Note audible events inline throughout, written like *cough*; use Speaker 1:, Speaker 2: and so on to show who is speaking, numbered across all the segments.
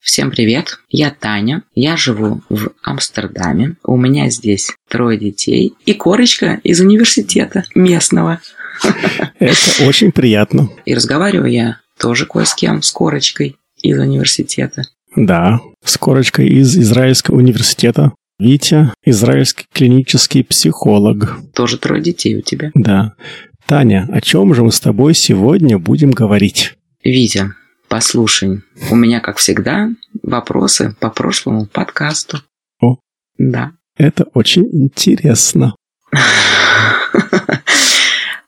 Speaker 1: Всем привет, я Таня, я живу в Амстердаме, у меня здесь трое детей и корочка из университета местного.
Speaker 2: Это очень приятно.
Speaker 1: И разговариваю я тоже кое с кем, с корочкой из университета.
Speaker 2: Да, с корочкой из Израильского университета. Витя, израильский клинический психолог.
Speaker 1: Тоже трое детей у тебя.
Speaker 2: Да. Таня, о чем же мы с тобой сегодня будем говорить?
Speaker 1: Витя, послушай, у меня, как всегда, вопросы по прошлому подкасту.
Speaker 2: О.
Speaker 1: Да. *laughs*
Speaker 2: Это очень интересно.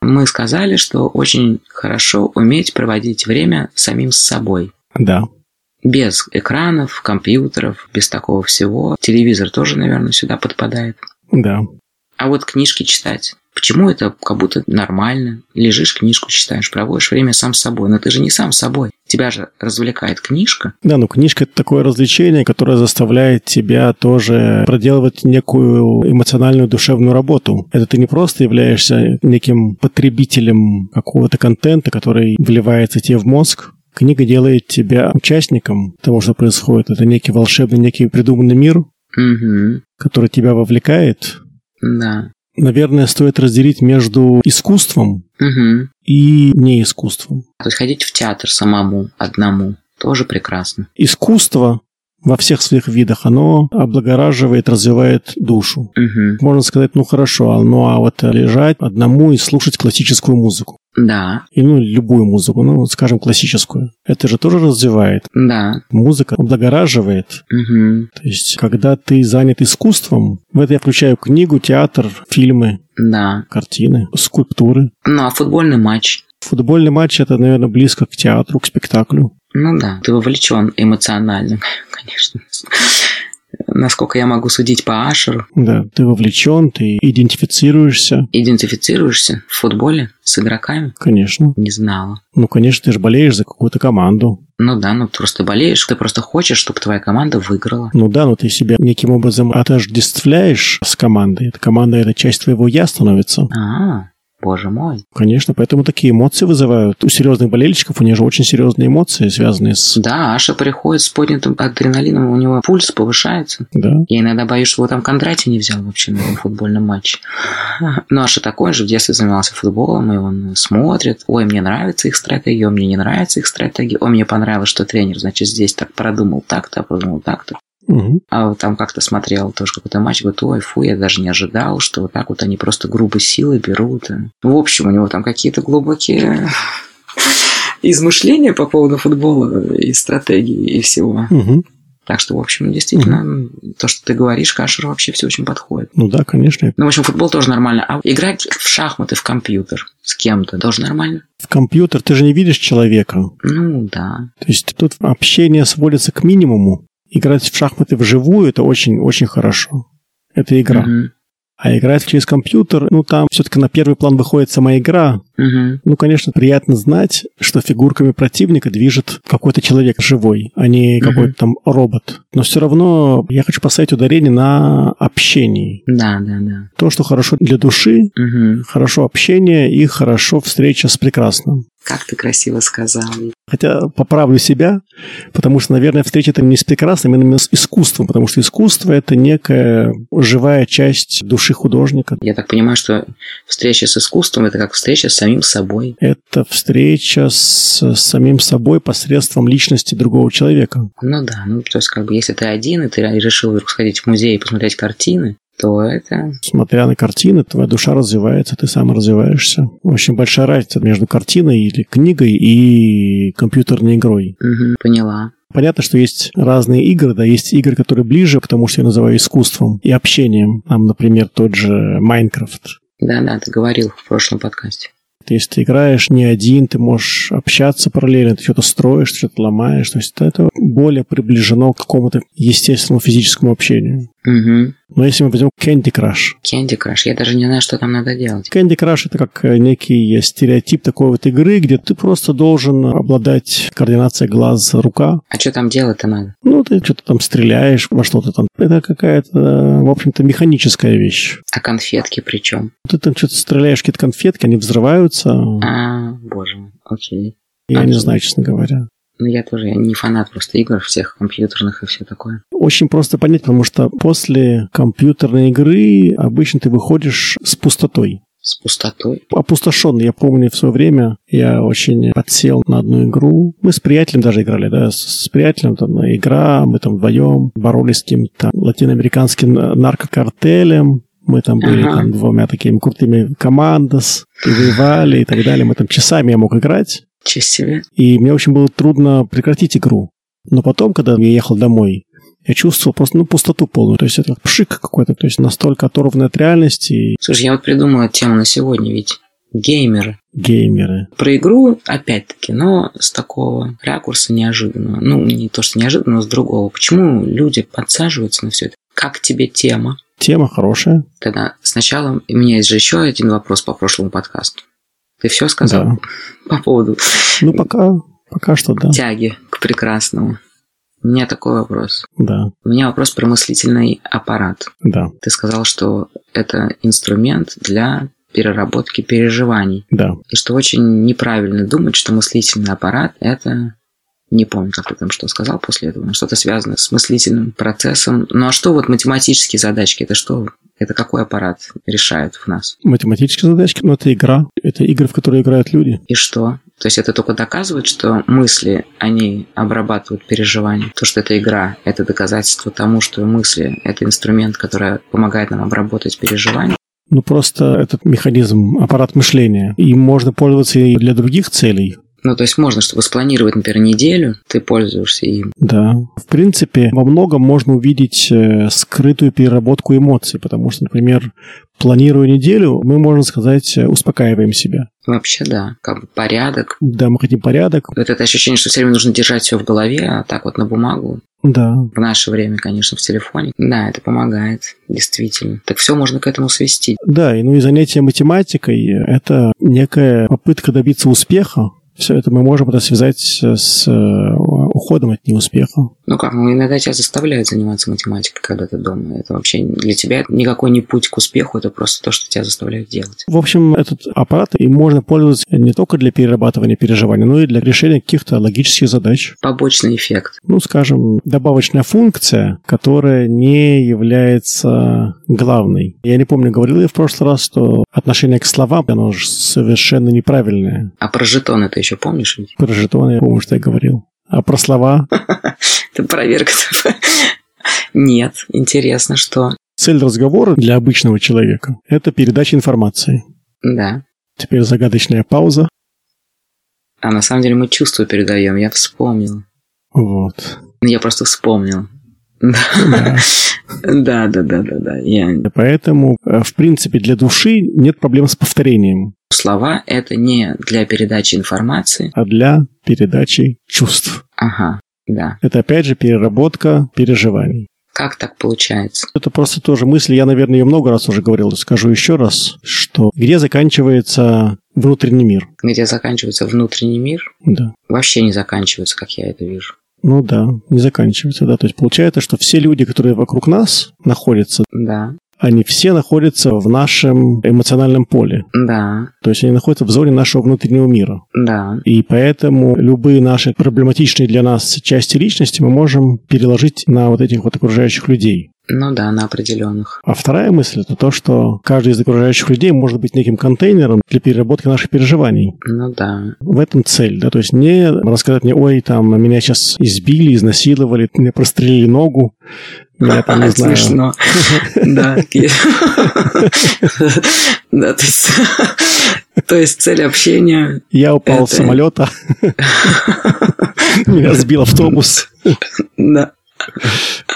Speaker 1: Мы сказали, что очень хорошо уметь проводить время самим с собой.
Speaker 2: Да.
Speaker 1: Без экранов, компьютеров, без такого всего. Телевизор тоже, наверное, сюда подпадает.
Speaker 2: Да.
Speaker 1: А вот книжки читать. Почему это как будто нормально? Лежишь, книжку читаешь, проводишь время сам с собой. Но ты же не сам с собой. Тебя же развлекает книжка.
Speaker 2: Да, ну книжка это такое развлечение, которое заставляет тебя тоже проделывать некую эмоциональную душевную работу. Это ты не просто являешься неким потребителем какого-то контента, который вливается тебе в мозг, Книга делает тебя участником того, что происходит. Это некий волшебный, некий придуманный мир,
Speaker 1: Угу.
Speaker 2: который тебя вовлекает.
Speaker 1: Да.
Speaker 2: Наверное, стоит разделить между искусством
Speaker 1: Угу.
Speaker 2: и неискусством.
Speaker 1: То есть ходить в театр самому, одному, тоже прекрасно.
Speaker 2: Искусство во всех своих видах, оно облагораживает, развивает душу.
Speaker 1: Угу.
Speaker 2: Можно сказать, ну хорошо, а- ну а вот лежать одному и слушать классическую музыку.
Speaker 1: Да,
Speaker 2: И ну любую музыку, ну скажем классическую. Это же тоже развивает.
Speaker 1: да.
Speaker 2: Музыка облагораживает,
Speaker 1: Угу.
Speaker 2: То есть, когда ты занят искусством, в это я включаю книгу, театр, фильмы,
Speaker 1: Да.
Speaker 2: картины, скульптуры.
Speaker 1: Ну, а футбольный матч?
Speaker 2: Футбольный матч – это, наверное, близко к театру, к спектаклю.
Speaker 1: Ну да, ты вовлечен эмоционально, *laughs* конечно. Насколько я могу судить по Ашеру,
Speaker 2: Да, ты вовлечен, ты идентифицируешься,
Speaker 1: идентифицируешься в футболе с игроками?
Speaker 2: конечно.
Speaker 1: Не знала.
Speaker 2: Ну, конечно, ты же болеешь за какую-то команду.
Speaker 1: Ну да, ну ты просто болеешь, ты просто хочешь, чтобы твоя команда выиграла.
Speaker 2: Ну да, но ты себя неким образом отождествляешь с командой. Эта команда – это часть твоего «я» становится.
Speaker 1: А, боже мой.
Speaker 2: Конечно, поэтому такие эмоции вызывают. У серьезных болельщиков у них же очень серьезные эмоции, связанные с...
Speaker 1: Да, Аша приходит с поднятым адреналином, у него пульс повышается.
Speaker 2: Да,
Speaker 1: Я иногда боюсь, что его там Кондратий не взял вообще на этом футбольном матче. *laughs* Ну, Аша такой же в детстве занимался футболом, и он смотрит. Ой, мне нравится их стратегия, ой, мне не нравится их стратегия. Ой, мне понравилось, что тренер, значит, здесь так продумал так-то, продумал так-то.
Speaker 2: Мгм.
Speaker 1: А вот там как-то смотрел тоже какой-то матч, говорит, ой, фу, я даже не ожидал, что вот так вот они просто грубо силы берут. В общем, у него там какие-то глубокие *laughs* измышления по поводу футбола и стратегии и всего.
Speaker 2: Мгм.
Speaker 1: Так что, в общем, действительно, то, что ты говоришь, Кашер вообще все очень подходит.
Speaker 2: ну да, конечно,
Speaker 1: Ну, в общем, футбол тоже нормально. А играть в шахматы в компьютер с кем-то тоже нормально?
Speaker 2: В компьютер ты же не видишь человека.
Speaker 1: Ну, да.
Speaker 2: То есть тут общение сводится к минимуму. Играть в шахматы вживую – это очень-очень хорошо. Это игра.
Speaker 1: Мгм.
Speaker 2: А играть через компьютер, ну, там все-таки на первый план выходит сама игра.
Speaker 1: Мгм.
Speaker 2: Ну, конечно, приятно знать, что фигурками противника движет какой-то человек живой, а не
Speaker 1: Мгм.
Speaker 2: какой-то там робот. Но все равно я хочу поставить ударение на общении.
Speaker 1: Да, да, да.
Speaker 2: То, что хорошо для души,
Speaker 1: Мгм.
Speaker 2: хорошо общение и хорошо встреча с прекрасным.
Speaker 1: Как ты красиво сказал.
Speaker 2: Хотя поправлю себя, потому что, наверное, встреча это не с прекрасным, а именно с искусством, потому что искусство – это некая живая часть души художника.
Speaker 1: Я так понимаю, что встреча с искусством это как встреча с самим собой.
Speaker 2: Это встреча с самим собой посредством личности другого человека.
Speaker 1: Ну да, ну то есть как бы если ты один и ты решил вдруг сходить в музей и посмотреть картины, то это
Speaker 2: Смотря на картины, твоя душа развивается, ты сам развиваешься. Очень большая разница между картиной или книгой и компьютерной игрой.
Speaker 1: мгм, поняла.
Speaker 2: Понятно, что есть разные игры, да, есть игры, которые ближе к тому, что я называю искусством и общением. Там, например, тот же Майнкрафт.
Speaker 1: Да-да, ты говорил в прошлом подкасте.
Speaker 2: То есть ты играешь не один, ты можешь общаться параллельно, ты что-то строишь, ты что-то ломаешь. То есть это- это более приближено к какому-то естественному физическому общению.
Speaker 1: Угу.
Speaker 2: Но если мы возьмем Candy Crush.
Speaker 1: Кенди Краш, я даже не знаю, что там надо делать.
Speaker 2: Candy Crush это как э, некий э, стереотип такой вот игры, где ты просто должен обладать координацией глаз, рука.
Speaker 1: А что там делать-то надо?
Speaker 2: Ну, ты что-то там стреляешь во что-то там. Это какая-то, э, в общем-то, механическая вещь.
Speaker 1: А конфетки причем?
Speaker 2: Ты там что-то стреляешь, какие-то конфетки, они взрываются.
Speaker 1: А, боже мой, окей.
Speaker 2: Я не
Speaker 1: окей.
Speaker 2: знаю, честно говоря.
Speaker 1: Ну, я тоже я не фанат просто игр всех компьютерных и все такое.
Speaker 2: Очень просто понять, потому что после компьютерной игры обычно ты выходишь с пустотой
Speaker 1: с пустотой.
Speaker 2: Опустошенный. Я помню в свое время я очень подсел на одну игру. Мы с приятелем даже играли, да, с, с приятелем там игра, мы там вдвоем боролись с каким-то латиноамериканским э, наркокартелем. Мы там были ага. там, двумя такими крутыми командос, и воевали и так далее. Мы там часами я мог играть.
Speaker 1: Честь себе.
Speaker 2: И мне очень было трудно прекратить игру. Но потом, когда я ехал домой, я чувствовал просто ну, пустоту полную. То есть это пшик какой-то, то есть настолько оторванный от реальности.
Speaker 1: Слушай, я вот придумал тему на сегодня, ведь геймеры.
Speaker 2: Геймеры.
Speaker 1: Про игру, опять-таки, но с такого ракурса неожиданного. Ну, не то, что неожиданно, но с другого. Почему люди подсаживаются на все это? Как тебе тема?
Speaker 2: Тема хорошая.
Speaker 1: Тогда сначала у меня есть же еще один вопрос по прошлому подкасту. Ты все сказал да. по поводу...
Speaker 2: Ну, пока, пока что, да.
Speaker 1: Тяги к прекрасному. У меня такой вопрос.
Speaker 2: Да.
Speaker 1: У меня вопрос про мыслительный аппарат.
Speaker 2: Да.
Speaker 1: Ты сказал, что это инструмент для переработки переживаний.
Speaker 2: Да.
Speaker 1: И что очень неправильно думать, что мыслительный аппарат – это не помню, как ты там что сказал после этого, но что-то связано с мыслительным процессом. Ну а что вот математические задачки, это что? Это какой аппарат решает в нас?
Speaker 2: Математические задачки, ну это игра, это игры, в которые играют люди.
Speaker 1: И что? То есть это только доказывает, что мысли, они обрабатывают переживания. То, что это игра, это доказательство тому, что мысли – это инструмент, который помогает нам обработать переживания.
Speaker 2: Ну, просто этот механизм, аппарат мышления, им можно пользоваться и для других целей.
Speaker 1: Ну, то есть можно, чтобы спланировать, например, неделю, ты пользуешься им.
Speaker 2: Да. В принципе, во многом можно увидеть э, скрытую переработку эмоций, потому что, например, планируя неделю, мы, можно сказать, э, успокаиваем себя.
Speaker 1: Вообще, да. Как бы порядок.
Speaker 2: Да, мы хотим порядок.
Speaker 1: Вот это ощущение, что все время нужно держать все в голове, а так вот на бумагу.
Speaker 2: Да.
Speaker 1: В наше время, конечно, в телефоне. Да, это помогает, действительно. Так все можно к этому свести.
Speaker 2: Да, и ну и занятие математикой – это некая попытка добиться успеха, все это мы можем это связать с э, уходом от неуспеха.
Speaker 1: Ну как, ну иногда тебя заставляют заниматься математикой, когда ты дома. Это вообще для тебя никакой не путь к успеху, это просто то, что тебя заставляют делать.
Speaker 2: В общем, этот аппарат им можно пользоваться не только для перерабатывания переживаний, но и для решения каких-то логических задач.
Speaker 1: Побочный эффект.
Speaker 2: Ну, скажем, добавочная функция, которая не является главной. Я не помню, говорил я в прошлый раз, что отношение к словам, оно же совершенно неправильное.
Speaker 1: А про жетоны ты еще помнишь?
Speaker 2: Про жетоны я помню, что я говорил. А про слова?
Speaker 1: Это проверка. *laughs* Нет, интересно, что...
Speaker 2: Цель разговора для обычного человека – это передача информации.
Speaker 1: Да.
Speaker 2: Теперь загадочная пауза.
Speaker 1: А на самом деле мы чувства передаем, я вспомнил.
Speaker 2: Вот.
Speaker 1: Я просто вспомнил. Да. да, да, да, да, да. Я...
Speaker 2: Поэтому, э, в принципе, для души нет проблем с повторением.
Speaker 1: Слова – это не для передачи информации.
Speaker 2: А для передачи чувств.
Speaker 1: Ага, да.
Speaker 2: Это, опять же, переработка переживаний.
Speaker 1: Как так получается?
Speaker 2: Это просто тоже мысль, я, наверное, ее много раз уже говорил, скажу еще раз, что где заканчивается внутренний мир?
Speaker 1: Где заканчивается внутренний мир?
Speaker 2: Да.
Speaker 1: Вообще не заканчивается, как я это вижу.
Speaker 2: Ну да, не заканчивается, да. То есть получается, что все люди, которые вокруг нас находятся,
Speaker 1: да.
Speaker 2: они все находятся в нашем эмоциональном поле.
Speaker 1: Да.
Speaker 2: То есть они находятся в зоне нашего внутреннего мира.
Speaker 1: Да.
Speaker 2: И поэтому любые наши проблематичные для нас части личности мы можем переложить на вот этих вот окружающих людей.
Speaker 1: Ну да, на определенных.
Speaker 2: А вторая мысль это то, что каждый из окружающих людей может быть неким контейнером для переработки наших переживаний.
Speaker 1: Ну да.
Speaker 2: В этом цель, да, то есть не рассказать мне, ой, там, меня сейчас избили, изнасиловали, мне прострелили ногу,
Speaker 1: *laughs*
Speaker 2: Ну, я там не знаю. *laughs*
Speaker 1: Смешно. Да. *laughs* Да, то есть... То есть *laughs* цель общения...
Speaker 2: Я упал с самолета. *laughs* Меня сбил автобус.
Speaker 1: Да.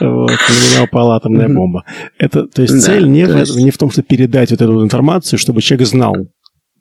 Speaker 2: Вот, на меня упала атомная бомба. Это, то есть да, цель не, то есть... не в том, чтобы передать вот эту информацию, чтобы человек знал.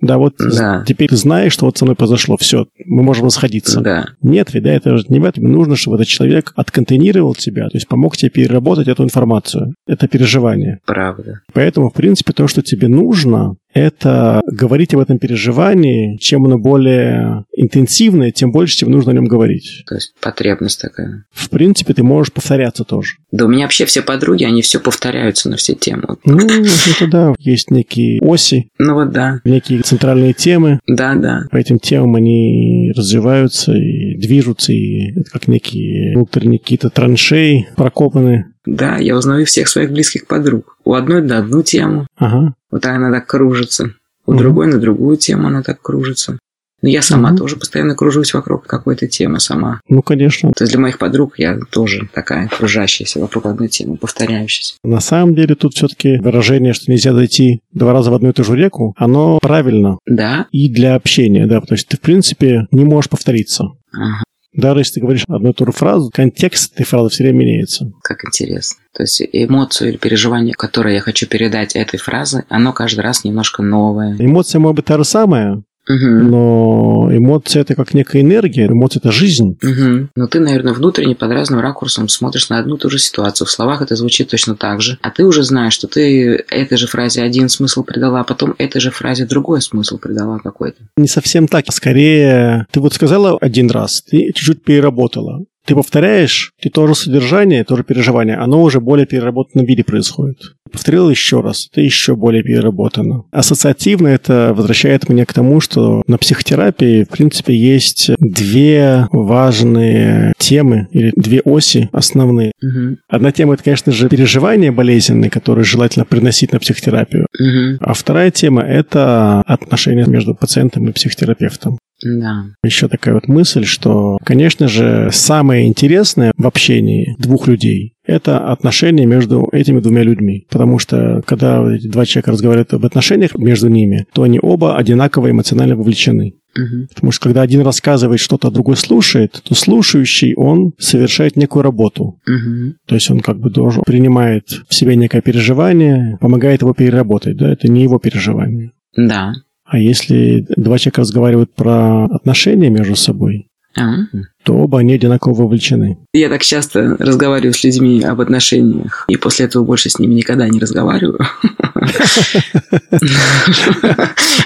Speaker 2: Да, вот да. теперь ты знаешь, что вот со мной произошло, все, мы можем расходиться.
Speaker 1: Да.
Speaker 2: Нет, ведь да, это же не в этом. Нужно, чтобы этот человек отконтейнировал тебя, то есть помог тебе переработать эту информацию, это переживание.
Speaker 1: Правда.
Speaker 2: Поэтому, в принципе, то, что тебе нужно, это говорить об этом переживании. Чем оно более интенсивное, тем больше тебе нужно о нем говорить.
Speaker 1: То есть потребность такая.
Speaker 2: В принципе, ты можешь повторяться тоже.
Speaker 1: Да у меня вообще все подруги, они все повторяются на все темы.
Speaker 2: Ну, это да, есть некие оси,
Speaker 1: Ну вот да,
Speaker 2: некие центральные темы.
Speaker 1: да, да.
Speaker 2: По этим темам они развиваются и движутся, и это как некие внутренние какие-то траншеи прокопаны.
Speaker 1: Да, я узнаю всех своих близких подруг. У одной на одну тему,
Speaker 2: Ага.
Speaker 1: вот она так кружится. У
Speaker 2: Мгм.
Speaker 1: другой на другую тему она так кружится. Но я сама
Speaker 2: Мгм.
Speaker 1: тоже постоянно кружусь вокруг какой-то темы сама.
Speaker 2: Ну, конечно.
Speaker 1: То есть для моих подруг я тоже такая кружащаяся вокруг одной темы, повторяющаяся.
Speaker 2: На самом деле тут все-таки выражение, что нельзя зайти два раза в одну и ту же реку, оно правильно
Speaker 1: Да,
Speaker 2: и для общения, да, потому что ты, в принципе, не можешь повториться.
Speaker 1: ага,
Speaker 2: Даже если ты говоришь одну и ту же фразу, контекст этой фразы все время меняется.
Speaker 1: как интересно. То есть эмоцию или переживание, которое я хочу передать этой фразой, оно каждый раз немножко новое.
Speaker 2: Эмоция может быть та же самая,
Speaker 1: Мгм.
Speaker 2: но эмоция – это как некая энергия, эмоция – это жизнь.
Speaker 1: Мгм. Но ты, наверное, внутренне под разным ракурсом смотришь на одну и ту же ситуацию. В словах это звучит точно так же. А ты уже знаешь, что ты этой же фразе один смысл придала, а потом этой же фразе другой смысл придала какой-то.
Speaker 2: Не совсем так. Скорее, ты вот сказала один раз, ты чуть-чуть переработала. Ты повторяешь, и то же содержание, то же переживание, оно уже более переработанном виде происходит. Повторил еще раз, это еще более переработано. Ассоциативно это возвращает меня к тому, что на психотерапии, в принципе, есть две важные темы или две оси основные.
Speaker 1: Мгм.
Speaker 2: Одна тема – это, конечно же, переживания болезненные, которые желательно приносить на психотерапию.
Speaker 1: Мгм.
Speaker 2: А вторая тема – это отношения между пациентом и психотерапевтом.
Speaker 1: Да.
Speaker 2: Еще такая вот мысль, что, конечно же, самое интересное в общении двух людей – это отношения между этими двумя людьми. Потому что, когда вот эти два человека разговаривают об отношениях между ними, то они оба одинаково эмоционально вовлечены.
Speaker 1: Мгм.
Speaker 2: Потому что, когда один рассказывает что-то, а другой слушает, то слушающий, он совершает некую работу.
Speaker 1: Мгм.
Speaker 2: То есть он как бы должен, принимает в себе некое переживание, помогает его переработать, да, это не его переживание.
Speaker 1: Да.
Speaker 2: А если два человека разговаривают про отношения между собой,
Speaker 1: А.
Speaker 2: то оба они одинаково вовлечены.
Speaker 1: *laughs* Я так часто разговариваю с людьми об отношениях, и после этого больше с ними никогда не разговариваю.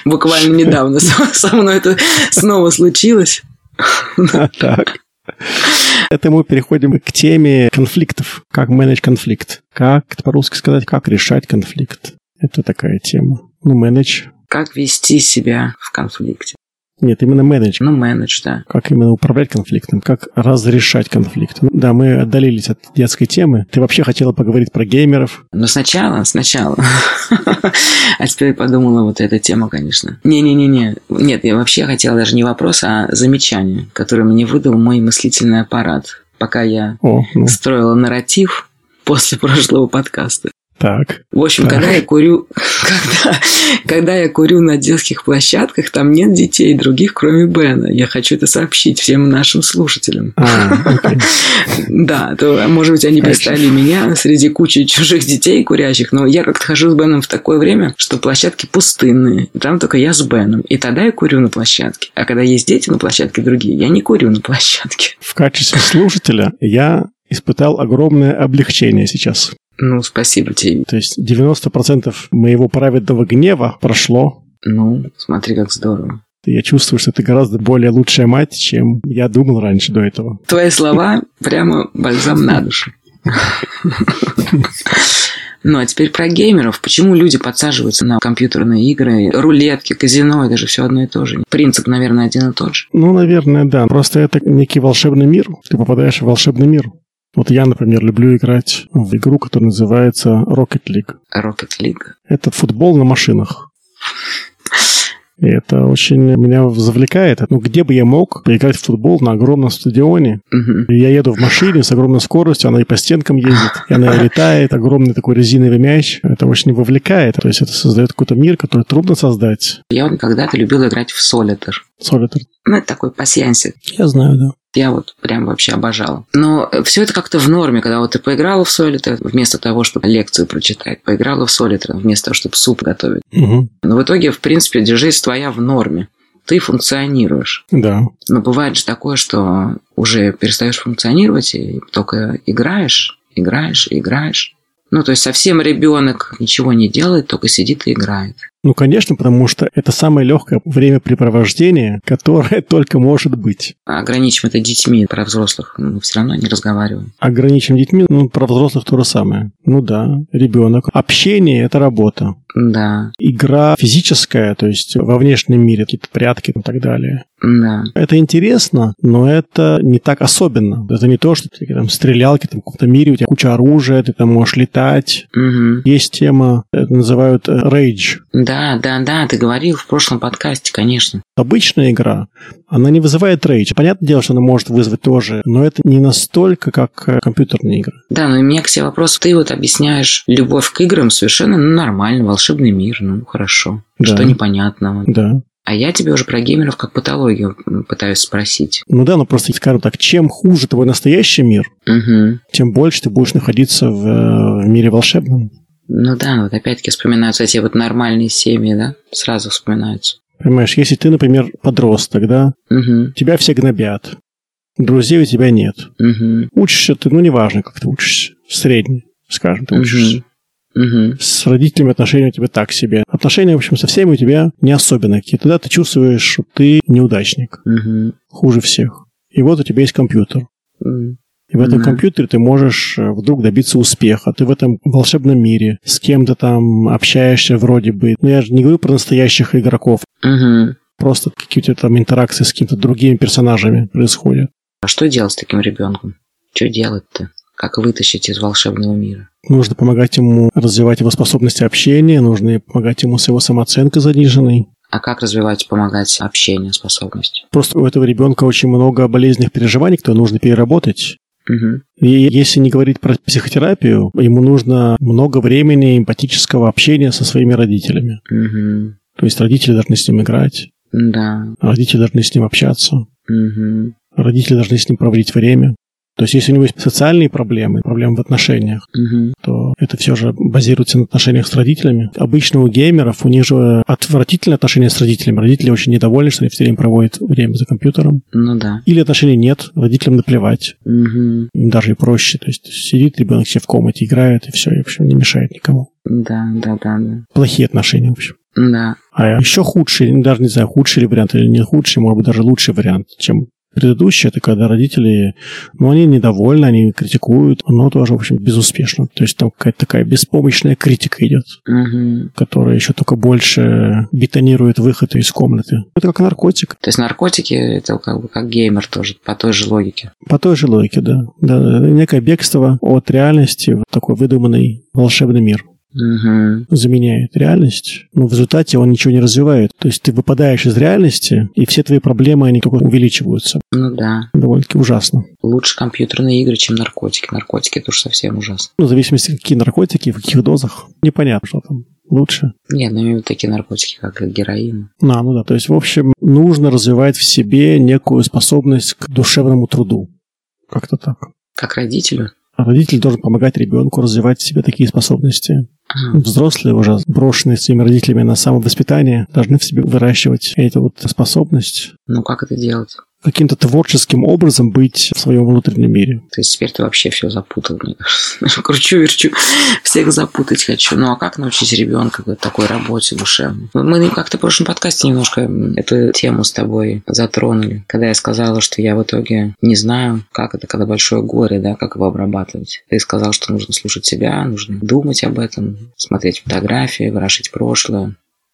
Speaker 1: Буквально недавно со со мной это снова случилось.
Speaker 2: Так. Это мы переходим к теме конфликтов. Как менедж конфликт? Как это по-русски сказать? Как решать конфликт? Это такая тема. Ну, менедж.
Speaker 1: Как вести себя в конфликте?
Speaker 2: Нет, именно менедж.
Speaker 1: Ну, менедж, да.
Speaker 2: Как именно управлять конфликтом, как разрешать конфликт. Ну, Да, мы отдалились от детской темы. Ты вообще хотела поговорить про геймеров.
Speaker 1: Но сначала, сначала. *laughs* А теперь подумала вот эта тема, конечно. Не-не-не-не. Нет, я вообще хотела даже не вопрос, а замечание, которое мне выдал мой мыслительный аппарат, пока я
Speaker 2: О,
Speaker 1: *laughs*
Speaker 2: ну,
Speaker 1: строила нарратив после прошлого подкаста.
Speaker 2: так.
Speaker 1: В общем,
Speaker 2: Так.
Speaker 1: когда я курю, *laughs* когда, когда я курю на детских площадках, там нет детей других, кроме Бена. Я хочу это сообщить всем нашим слушателям.
Speaker 2: А, окей.
Speaker 1: Да, то, может быть, они
Speaker 2: Конечно.
Speaker 1: представили меня среди кучи чужих детей курящих, но я как-то хожу с Беном в такое время, что площадки пустынные, и там только я с Беном, и тогда я курю на площадке. А когда есть дети на площадке другие, я не курю на площадке.
Speaker 2: В качестве слушателя я испытал огромное облегчение сейчас.
Speaker 1: Ну, спасибо тебе.
Speaker 2: То есть 90% моего праведного гнева прошло.
Speaker 1: Ну, смотри, как здорово.
Speaker 2: И Я чувствую, что ты гораздо более лучшая мать, чем я думал раньше до этого.
Speaker 1: Твои слова прямо бальзам на душу. Ну, а теперь про геймеров. Почему люди подсаживаются на компьютерные игры, рулетки, казино, это же все одно и то же. Принцип, наверное, один и тот же.
Speaker 2: Ну, наверное, да. Просто это некий волшебный мир. Ты попадаешь в волшебный мир. Вот я, например, люблю играть в игру, которая называется Rocket League.
Speaker 1: Rocket League.
Speaker 2: Это футбол на машинах. И это очень меня завлекает. Ну, где бы я мог поиграть в футбол на огромном стадионе,
Speaker 1: Мгм.
Speaker 2: И Я еду в машине с огромной скоростью, она и по стенкам ездит, и она летает, огромный такой резиновый мяч. Это очень вовлекает, то есть это создает какой-то мир, который трудно создать.
Speaker 1: Я вот когда-то любил играть в солитер.
Speaker 2: Солитер.
Speaker 1: Ну, это такой пасьянсик.
Speaker 2: Я знаю, да.
Speaker 1: Я вот прям вообще обожала. Но все это как-то в норме, когда вот ты поиграла в солитер, вместо того, чтобы лекцию прочитать, поиграла в солитер, вместо того, чтобы суп готовить. Но в итоге, в принципе, жизнь твоя в норме. Ты функционируешь.
Speaker 2: Да.
Speaker 1: Но бывает же такое, что уже перестаешь функционировать и только играешь, играешь, играешь. Ну, то есть совсем ребенок ничего не делает, только сидит и играет.
Speaker 2: Ну, конечно, потому что это самое легкое времяпрепровождение, которое *laughs* только может быть.
Speaker 1: А Ограничим это детьми, про взрослых мы все равно не разговариваем.
Speaker 2: Ограничим детьми, ну, про взрослых то же самое. Ну да, ребенок. Общение – это работа.
Speaker 1: Да.
Speaker 2: Игра физическая, то есть во внешнем мире, какие-то прятки и так далее.
Speaker 1: Да.
Speaker 2: Это интересно, но это не так особенно. Это не то, что ты там стрелялки, там в каком-то мире у тебя куча оружия, ты там можешь летать.
Speaker 1: Мгм.
Speaker 2: Есть тема, это называют э, рейдж.
Speaker 1: Да, да, да, ты говорил в прошлом подкасте, конечно.
Speaker 2: Обычная игра, она не вызывает рейдж. Понятное дело, что она может вызвать тоже, но это не настолько, как э, компьютерные игры.
Speaker 1: Да, но у меня к тебе вопрос. Ты вот объясняешь любовь к играм совершенно ну, нормально, волшебный мир, ну хорошо.
Speaker 2: Да.
Speaker 1: Что непонятного?
Speaker 2: Да.
Speaker 1: А я тебе уже про геймеров как патологию м, пытаюсь спросить.
Speaker 2: Ну да, но просто скажем так, чем хуже твой настоящий мир,
Speaker 1: Угу.
Speaker 2: тем больше ты будешь находиться в, э, в мире волшебном.
Speaker 1: Ну да, вот опять-таки вспоминаются эти вот нормальные семьи, да? Сразу вспоминаются.
Speaker 2: Понимаешь, если ты, например, подросток, да,
Speaker 1: Угу,
Speaker 2: тебя все гнобят, друзей у тебя нет.
Speaker 1: угу,
Speaker 2: Учишься ты, ну, неважно, как ты учишься, в среднем, скажем, ты учишься.
Speaker 1: угу, угу.
Speaker 2: С родителями отношения у тебя так себе. Отношения, в общем, со всеми у тебя не особенно какие. Тогда ты чувствуешь, что ты неудачник,
Speaker 1: Угу.
Speaker 2: хуже всех. И вот у тебя есть компьютер.
Speaker 1: М,
Speaker 2: И в этом
Speaker 1: Да.
Speaker 2: компьютере ты можешь э, вдруг добиться успеха. Ты в этом волшебном мире с кем-то там общаешься вроде бы. Но я же не говорю про настоящих игроков.
Speaker 1: Угу.
Speaker 2: Просто какие-то там интеракции с какими-то другими персонажами происходят.
Speaker 1: А что делать с таким ребенком? Что делать-то? Как вытащить из волшебного мира?
Speaker 2: Нужно помогать ему развивать его способности общения, нужно и помогать ему с его самооценкой заниженной.
Speaker 1: А как развивать и помогать общение, способности?
Speaker 2: Просто у этого ребенка очень много болезненных переживаний, которые нужно переработать.
Speaker 1: Угу.
Speaker 2: И если не говорить про психотерапию, ему нужно много времени эмпатического общения со своими родителями.
Speaker 1: Угу.
Speaker 2: То есть родители должны с ним играть,
Speaker 1: Да.
Speaker 2: родители должны с ним общаться,
Speaker 1: Угу.
Speaker 2: родители должны с ним проводить время. То есть если у него есть социальные проблемы, проблемы в отношениях,
Speaker 1: Угу.
Speaker 2: то это все же базируется на отношениях с родителями. Обычно у геймеров у них же отвратительное отношение с родителями. Родители очень недовольны, что они все время проводят время за компьютером.
Speaker 1: Ну да.
Speaker 2: Или отношений нет, родителям наплевать,
Speaker 1: Угу.
Speaker 2: им даже и проще. То есть сидит ребенок себе в комнате, играет, и все, и в общем не мешает никому.
Speaker 1: Да, да, да, да.
Speaker 2: Плохие отношения, в общем.
Speaker 1: Да.
Speaker 2: А еще худший, ну, даже не знаю, худший ли вариант или не худший, может быть, даже лучший вариант, чем предыдущий, это когда родители, ну, они недовольны, они критикуют, но тоже, в общем, безуспешно. То есть там какая-то такая беспомощная критика идет.
Speaker 1: Угу.
Speaker 2: которая еще только больше бетонирует выход из комнаты. Это как наркотик.
Speaker 1: То есть наркотики это как бы как геймер тоже, по той же логике.
Speaker 2: По той же логике, да. да да, да. некое бегство от реальности, вот такой выдуманный волшебный мир
Speaker 1: Угу.
Speaker 2: заменяет реальность, но в результате он ничего не развивает. То есть ты выпадаешь из реальности, и все твои проблемы, они только увеличиваются.
Speaker 1: Ну да.
Speaker 2: Довольно-таки ужасно.
Speaker 1: Лучше компьютерные игры, чем наркотики. Наркотики это уж совсем ужасно.
Speaker 2: Ну, в зависимости, какие наркотики, в каких дозах, непонятно, что там лучше.
Speaker 1: Нет, ну именно такие наркотики, как героин.
Speaker 2: А, ну да, то есть, в общем, нужно развивать в себе некую способность к душевному труду. Как-то так.
Speaker 1: Как родителю?
Speaker 2: А Родитель должен помогать ребенку развивать в себе такие способности.
Speaker 1: А,
Speaker 2: Взрослые, уже брошенные своими родителями на самовоспитание, должны в себе выращивать эту вот способность
Speaker 1: ну как это делать?
Speaker 2: каким-то творческим образом быть в своем внутреннем мире.
Speaker 1: То есть теперь ты вообще все запутал, мне кажется. Кручу, верчу, всех запутать хочу. Ну а как научить ребенка вот такой работе душевной? Ну, Мы как-то в прошлом подкасте немножко эту тему с тобой затронули, когда я сказала, что я в итоге не знаю, как это, когда большое горе, да, как его обрабатывать. Ты сказал, что нужно слушать себя, нужно думать об этом, смотреть фотографии, ворошить прошлое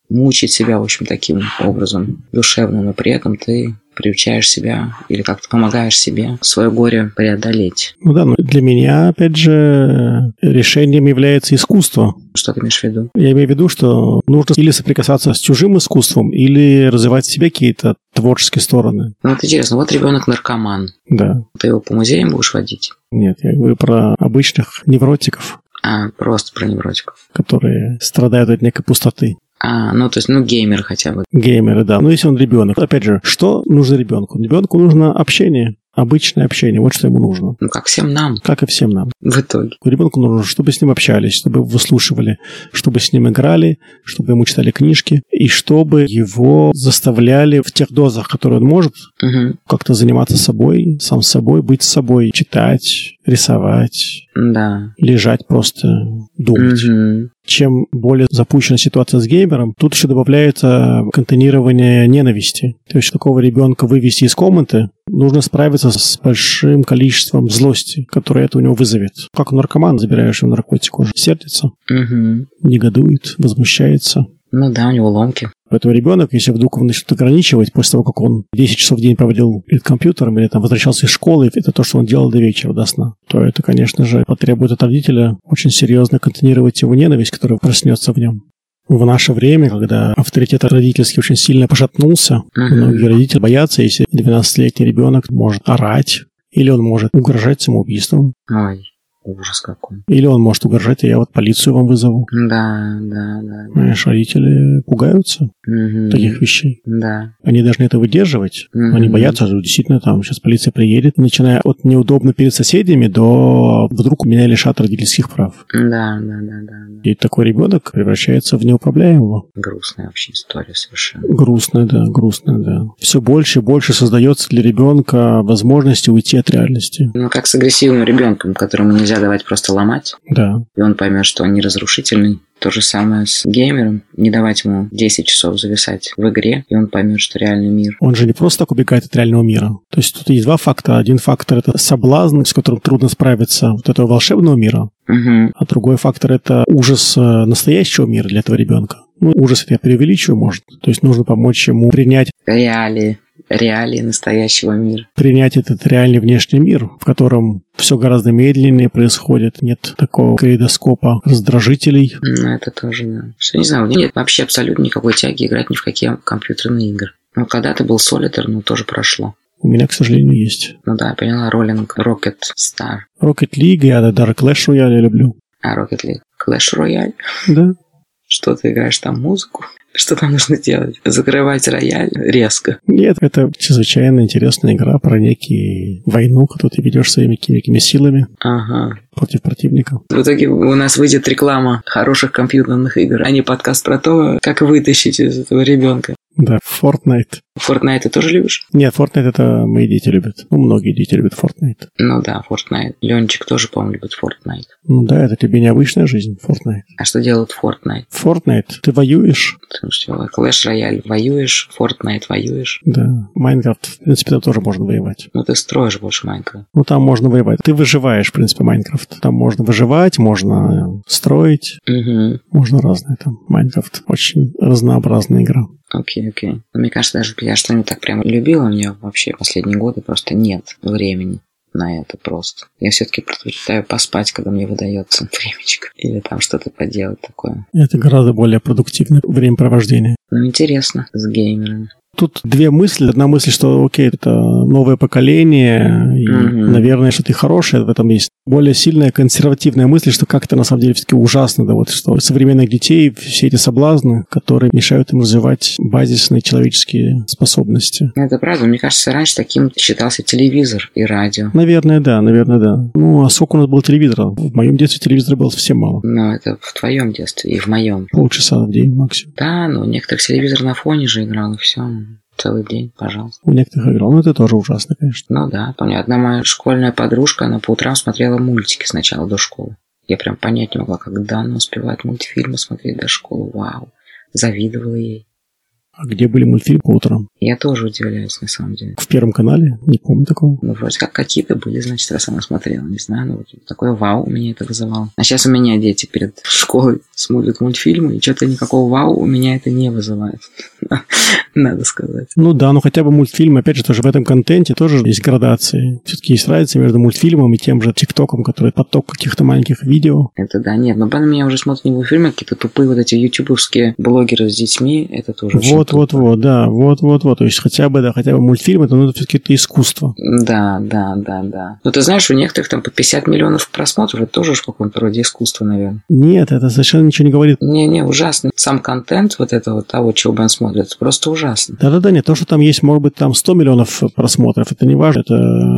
Speaker 1: мучить себя, в общем, таким образом душевным, но при этом ты приучаешь себя или как-то помогаешь себе свое горе преодолеть.
Speaker 2: Ну да, но для меня, опять же, решением является искусство.
Speaker 1: Что ты имеешь в виду?
Speaker 2: Я имею в виду, что нужно или соприкасаться с чужим искусством, или развивать в себе какие-то творческие стороны.
Speaker 1: Ну вот интересно, вот ребенок наркоман.
Speaker 2: Да.
Speaker 1: Ты его по музеям будешь водить?
Speaker 2: Нет, я говорю про обычных невротиков,
Speaker 1: А, просто про невротиков.
Speaker 2: которые страдают от некой пустоты.
Speaker 1: А, ну то есть, ну геймер хотя бы.
Speaker 2: геймеры, да. Но если он ребенок, опять же, что нужно ребенку? Ребенку нужно общение, обычное общение, вот что ему нужно.
Speaker 1: Ну как всем нам
Speaker 2: Как и всем нам.
Speaker 1: в итоге.
Speaker 2: Ребенку нужно, чтобы с ним общались, чтобы его выслушивали, чтобы с ним играли, чтобы ему читали книжки, и чтобы его заставляли в тех дозах, которые он может,
Speaker 1: Мгм.
Speaker 2: как-то заниматься собой, сам собой, быть собой, читать, рисовать,
Speaker 1: Да.
Speaker 2: лежать просто, думать.
Speaker 1: Мгм.
Speaker 2: Чем более запущена ситуация с геймером, тут еще добавляется контейнирование ненависти. То есть такого ребенка вывести из комнаты, нужно справиться с большим количеством злости, которое это у него вызовет. Как наркоман, забираешь ему наркотик, он же сердится,
Speaker 1: Мгм.
Speaker 2: негодует, возмущается.
Speaker 1: Ну да, у него ломки.
Speaker 2: Поэтому ребенок, если вдруг его начнут ограничивать, после того, как он 10 часов в день проводил перед компьютером или там возвращался из школы, и это то, что он делал до вечера, до сна, то это, конечно же, потребует от родителя очень серьезно контейнировать его ненависть, которая проснется в нем. В наше время, когда авторитет родительский очень сильно пошатнулся,
Speaker 1: Мгм.
Speaker 2: многие родители боятся, если 12-летний ребенок может орать, или он может угрожать самоубийством,
Speaker 1: Ой, ужас какой.
Speaker 2: или он может угрожать, а я вот полицию вам вызову.
Speaker 1: Да, да, да.
Speaker 2: Знаешь, родители пугаются
Speaker 1: Мгм.
Speaker 2: таких вещей.
Speaker 1: Да.
Speaker 2: Они должны это выдерживать. но Они
Speaker 1: Мгм.
Speaker 2: боятся, что действительно там сейчас полиция приедет, начиная от неудобно перед соседями до вдруг меня лишат родительских прав.
Speaker 1: Да, да, да, да, да.
Speaker 2: И такой ребенок превращается в неуправляемого.
Speaker 1: Грустная вообще история совершенно.
Speaker 2: Грустно, да, грустно, да. Все больше и больше создается для ребенка возможности уйти от реальности.
Speaker 1: Ну, как с агрессивным ребенком, которому нельзя давать просто ломать,
Speaker 2: Да,
Speaker 1: и он поймет, что он не разрушительный. То же самое с геймером. Не давать ему 10 часов зависать в игре, и он поймет, что реальный мир.
Speaker 2: он же не просто так убегает от реального мира. То есть тут есть два фактора. Один фактор — это соблазн, с которым трудно справиться, вот этого волшебного мира.
Speaker 1: Мгм.
Speaker 2: А другой фактор – это ужас э, настоящего мира для этого ребенка. Ну, ужас это я преувеличиваю, может. То есть нужно помочь ему принять,
Speaker 1: Реалии. Реалии настоящего мира.
Speaker 2: принять этот реальный внешний мир, в котором все гораздо медленнее происходит, нет такого калейдоскопа раздражителей.
Speaker 1: Ну, это тоже, да. Что, не знаю, у меня нет вообще абсолютно никакой тяги играть ни в какие компьютерные игры. Ну, когда-то был Солитер, но тоже прошло.
Speaker 2: У меня, к сожалению, есть.
Speaker 1: Ну да, я поняла, Роллинг, Rocket Star,
Speaker 2: Rocket League, я Dark Clash Royale я люблю.
Speaker 1: а Rocket League, Clash Royale.
Speaker 2: Да.
Speaker 1: Что ты играешь там, музыку? Что там нужно делать? Закрывать рояль резко.
Speaker 2: Нет, это чрезвычайно интересная игра про некие войну, которую ты ведешь своими какими-то силами
Speaker 1: Ага.
Speaker 2: против противника.
Speaker 1: В итоге у нас выйдет реклама хороших компьютерных игр, а не подкаст про то, как вытащить из этого ребенка.
Speaker 2: Да, Fortnite.
Speaker 1: Fortnite ты тоже любишь?
Speaker 2: Нет, Fortnite это мои дети любят. Ну, многие дети любят Fortnite.
Speaker 1: Ну да, Fortnite. Ленчик тоже, по-моему, любит Fortnite.
Speaker 2: Ну да, это тебе необычная жизнь, Fortnite.
Speaker 1: А что делает Fortnite?
Speaker 2: Fortnite, ты воюешь,
Speaker 1: Слушайте, Clash Royale воюешь, Fortnite воюешь.
Speaker 2: да. Майнкрафт, в принципе, там тоже можно воевать.
Speaker 1: Ну ты строишь больше Майнкрафт.
Speaker 2: Ну, там можно воевать. Ты выживаешь, в принципе, Майнкрафт. Там можно выживать, можно строить,
Speaker 1: Угу.
Speaker 2: можно разное там. Майнкрафт очень разнообразная игра.
Speaker 1: Окей, окей. Но мне кажется, даже я что-нибудь так прям любила, у меня вообще последние годы просто нет времени на это просто. Я все-таки предпочитаю поспать, когда мне выдается *laughs* времечко. Или там что-то поделать такое.
Speaker 2: Это гораздо более продуктивное времяпровождение.
Speaker 1: Ну, интересно, с геймерами.
Speaker 2: Тут две мысли. Одна мысль, что, окей, это новое поколение, и,
Speaker 1: Мгм.
Speaker 2: наверное, что-то и хорошее в этом есть. Более сильная консервативная мысль, что как-то на самом деле все-таки ужасно, да, вот что у современных детей все эти соблазны, которые мешают им развивать базисные человеческие способности.
Speaker 1: Ну, Это правда, мне кажется, раньше таким считался телевизор и радио.
Speaker 2: Наверное, да, наверное, да. Ну, а сколько у нас было телевизора? В моем детстве телевизора было совсем мало.
Speaker 1: Но это в твоем детстве и в моем.
Speaker 2: Полчаса в день максимум.
Speaker 1: Да, ну, у некоторых телевизор на фоне же играл, и все. Целый день, пожалуйста.
Speaker 2: У некоторых играл. Ну, это тоже ужасно, конечно.
Speaker 1: Ну да, помню, одна моя школьная подружка, она по утрам смотрела мультики сначала до школы. Я прям понять не могла, когда она успевает мультфильмы смотреть до школы. Вау, завидовала ей.
Speaker 2: А где были мультфильмы по утрам?
Speaker 1: Я тоже удивляюсь, на самом деле.
Speaker 2: В Первом канале? Не помню такого.
Speaker 1: Ну, вроде как какие-то были, значит, раз она смотрела, не знаю, но вот такое вау у меня это вызывало. А сейчас у меня дети перед школой смотрят мультфильмы, и что-то никакого вау у меня это не вызывает, *laughs* надо сказать.
Speaker 2: Ну да, ну хотя бы мультфильм, опять же, тоже в этом контенте тоже есть градации. Все-таки есть разница между мультфильмом и тем же ТикТоком, который поток каких-то маленьких видео.
Speaker 1: Это да, нет, но потом меня уже смотрят не мультфильмы, а какие-то тупые вот эти ютубовские блогеры с детьми, это тоже очень
Speaker 2: Вот, вот, вот, да, вот, вот, вот. То есть хотя бы, да, хотя бы мультфильм, это, ну, это все-таки это искусство.
Speaker 1: Да, да, да, да. Но ты знаешь, у некоторых там по 50 миллионов просмотров, это тоже в каком-то роде искусство, наверное.
Speaker 2: Нет, это совершенно ничего не говорит.
Speaker 1: Не-не, ужасно. Сам контент вот этого, того, чего он смотрит, это просто ужасно.
Speaker 2: Да-да-да, нет, то, что там есть, может быть, там 100 миллионов просмотров, это не важно, это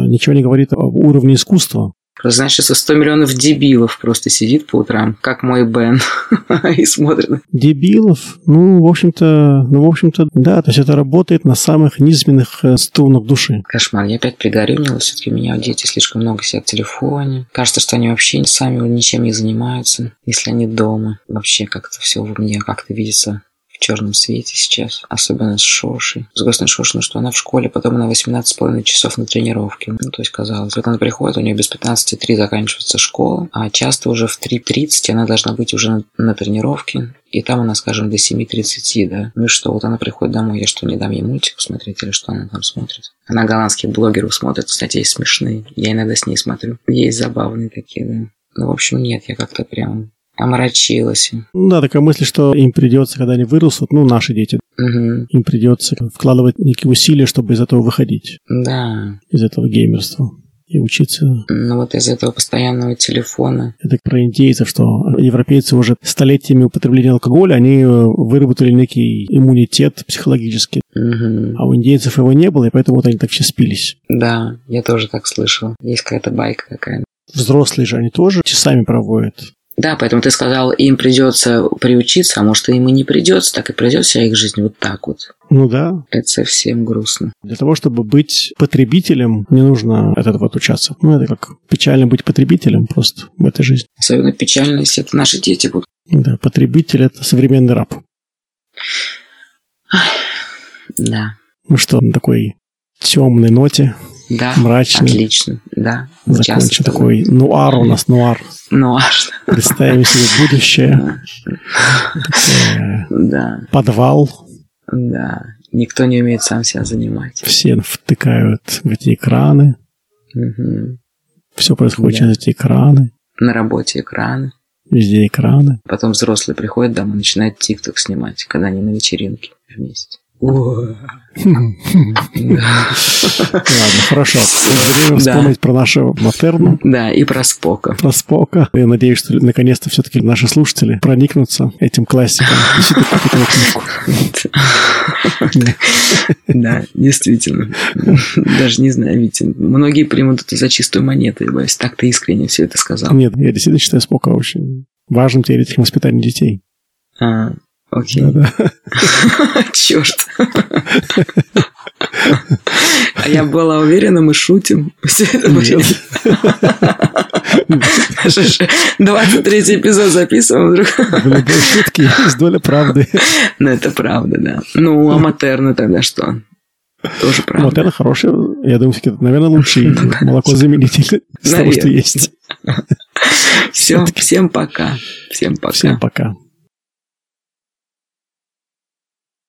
Speaker 2: ничего не говорит об уровне искусства.
Speaker 1: Значит, 100 миллионов дебилов просто сидит по утрам, как мой Бен, *laughs* и смотрит.
Speaker 2: Дебилов? Ну, в общем-то, ну, в общем-то, да, то есть это работает на самых низменных э, струнах души.
Speaker 1: Кошмар, я опять пригорюнилась, все-таки у меня дети слишком много сидят в телефоне. Кажется, что они вообще сами ничем не занимаются, если они дома. Вообще как-то все во мне как-то видится в черном свете сейчас, особенно с Шошей. С Гостной Шошей, ну что она в школе, потом на 18,5 часов на тренировке. Ну, то есть, казалось, вот она приходит, у нее без 15.3 заканчивается школа, а часто уже в 3.30 она должна быть уже на, на тренировке, и там она, скажем, до 7.30, да. Ну и что, вот она приходит домой, я что, не дам ей мультик смотреть или что она там смотрит? Она голландских блогеров смотрит, кстати, есть смешные. Я иногда с ней смотрю. Есть забавные такие, да. Ну, в общем, нет, я как-то прям омрачилась.
Speaker 2: Ну Да, такая мысль, что им придется, когда они вырастут, ну, наши дети,
Speaker 1: Мгм.
Speaker 2: им придется вкладывать некие усилия, чтобы из этого выходить,
Speaker 1: Да.
Speaker 2: из этого геймерства и учиться.
Speaker 1: Ну вот из этого постоянного телефона.
Speaker 2: Это про индейцев, что европейцы уже столетиями употребления алкоголя, они э, выработали некий иммунитет психологический,
Speaker 1: Мгм.
Speaker 2: а у индейцев его не было, и поэтому вот они так все спились.
Speaker 1: Да, я тоже так слышал. Есть какая-то байка какая-то.
Speaker 2: Взрослые же они тоже часами проводят.
Speaker 1: Да, поэтому ты сказал, им придется приучиться, а может, им и не придется, так и придет вся их жизнь вот так вот.
Speaker 2: Ну да,
Speaker 1: Это совсем грустно.
Speaker 2: для того, чтобы быть потребителем, не нужно от этого отучаться. Ну, это как печально быть потребителем просто в этой жизни.
Speaker 1: Особенно печально, если это наши дети будут.
Speaker 2: Да, потребитель – это современный раб.
Speaker 1: Да,
Speaker 2: Ну что, на такой темной ноте,
Speaker 1: да,
Speaker 2: мрачной,
Speaker 1: отлично, да.
Speaker 2: закончим такой нуар у нас, нуар.
Speaker 1: Ну аж, *laughs*
Speaker 2: Представим себе будущее, такое
Speaker 1: да,
Speaker 2: подвал,
Speaker 1: да. Никто не умеет сам себя занимать.
Speaker 2: все втыкают в эти экраны,
Speaker 1: Мгм.
Speaker 2: все происходит
Speaker 1: Да.
Speaker 2: через эти экраны,
Speaker 1: На работе экраны.
Speaker 2: везде
Speaker 1: *laughs*
Speaker 2: экраны.
Speaker 1: Потом взрослые приходят домой и начинают тикток снимать, когда они на вечеринке вместе. Да.
Speaker 2: Ладно, хорошо. Время
Speaker 1: Да.
Speaker 2: вспомнить про нашу матерну.
Speaker 1: Да, и про Спока.
Speaker 2: про Спока. Я надеюсь, что наконец-то все-таки наши слушатели проникнутся этим классиком. Ищите какую-то его книжку.
Speaker 1: Да, действительно. Даже не знаю, Витя. Многие примут это за чистую монету, я боюсь. Так ты искренне все это сказал.
Speaker 2: Нет, я действительно считаю Спока очень важным теоретиком воспитания детей.
Speaker 1: А, Окей. *laughs*
Speaker 2: Да-да.
Speaker 1: Черт. А я была уверена, мы шутим. Все это время.
Speaker 2: Нет.
Speaker 1: Что ж, 23 эпизод записываем вдруг.
Speaker 2: В любой шутке есть доля правды.
Speaker 1: Ну, это правда, да. Ну, а Матерна тогда что? Тоже правда.
Speaker 2: Ну, Вот это хорошее. Я думаю, все-таки это, наверное, лучший
Speaker 1: *laughs*
Speaker 2: молокозаменитель из того, что
Speaker 1: Наверное.
Speaker 2: есть.
Speaker 1: Все, всем пока. Всем пока.
Speaker 2: Всем пока.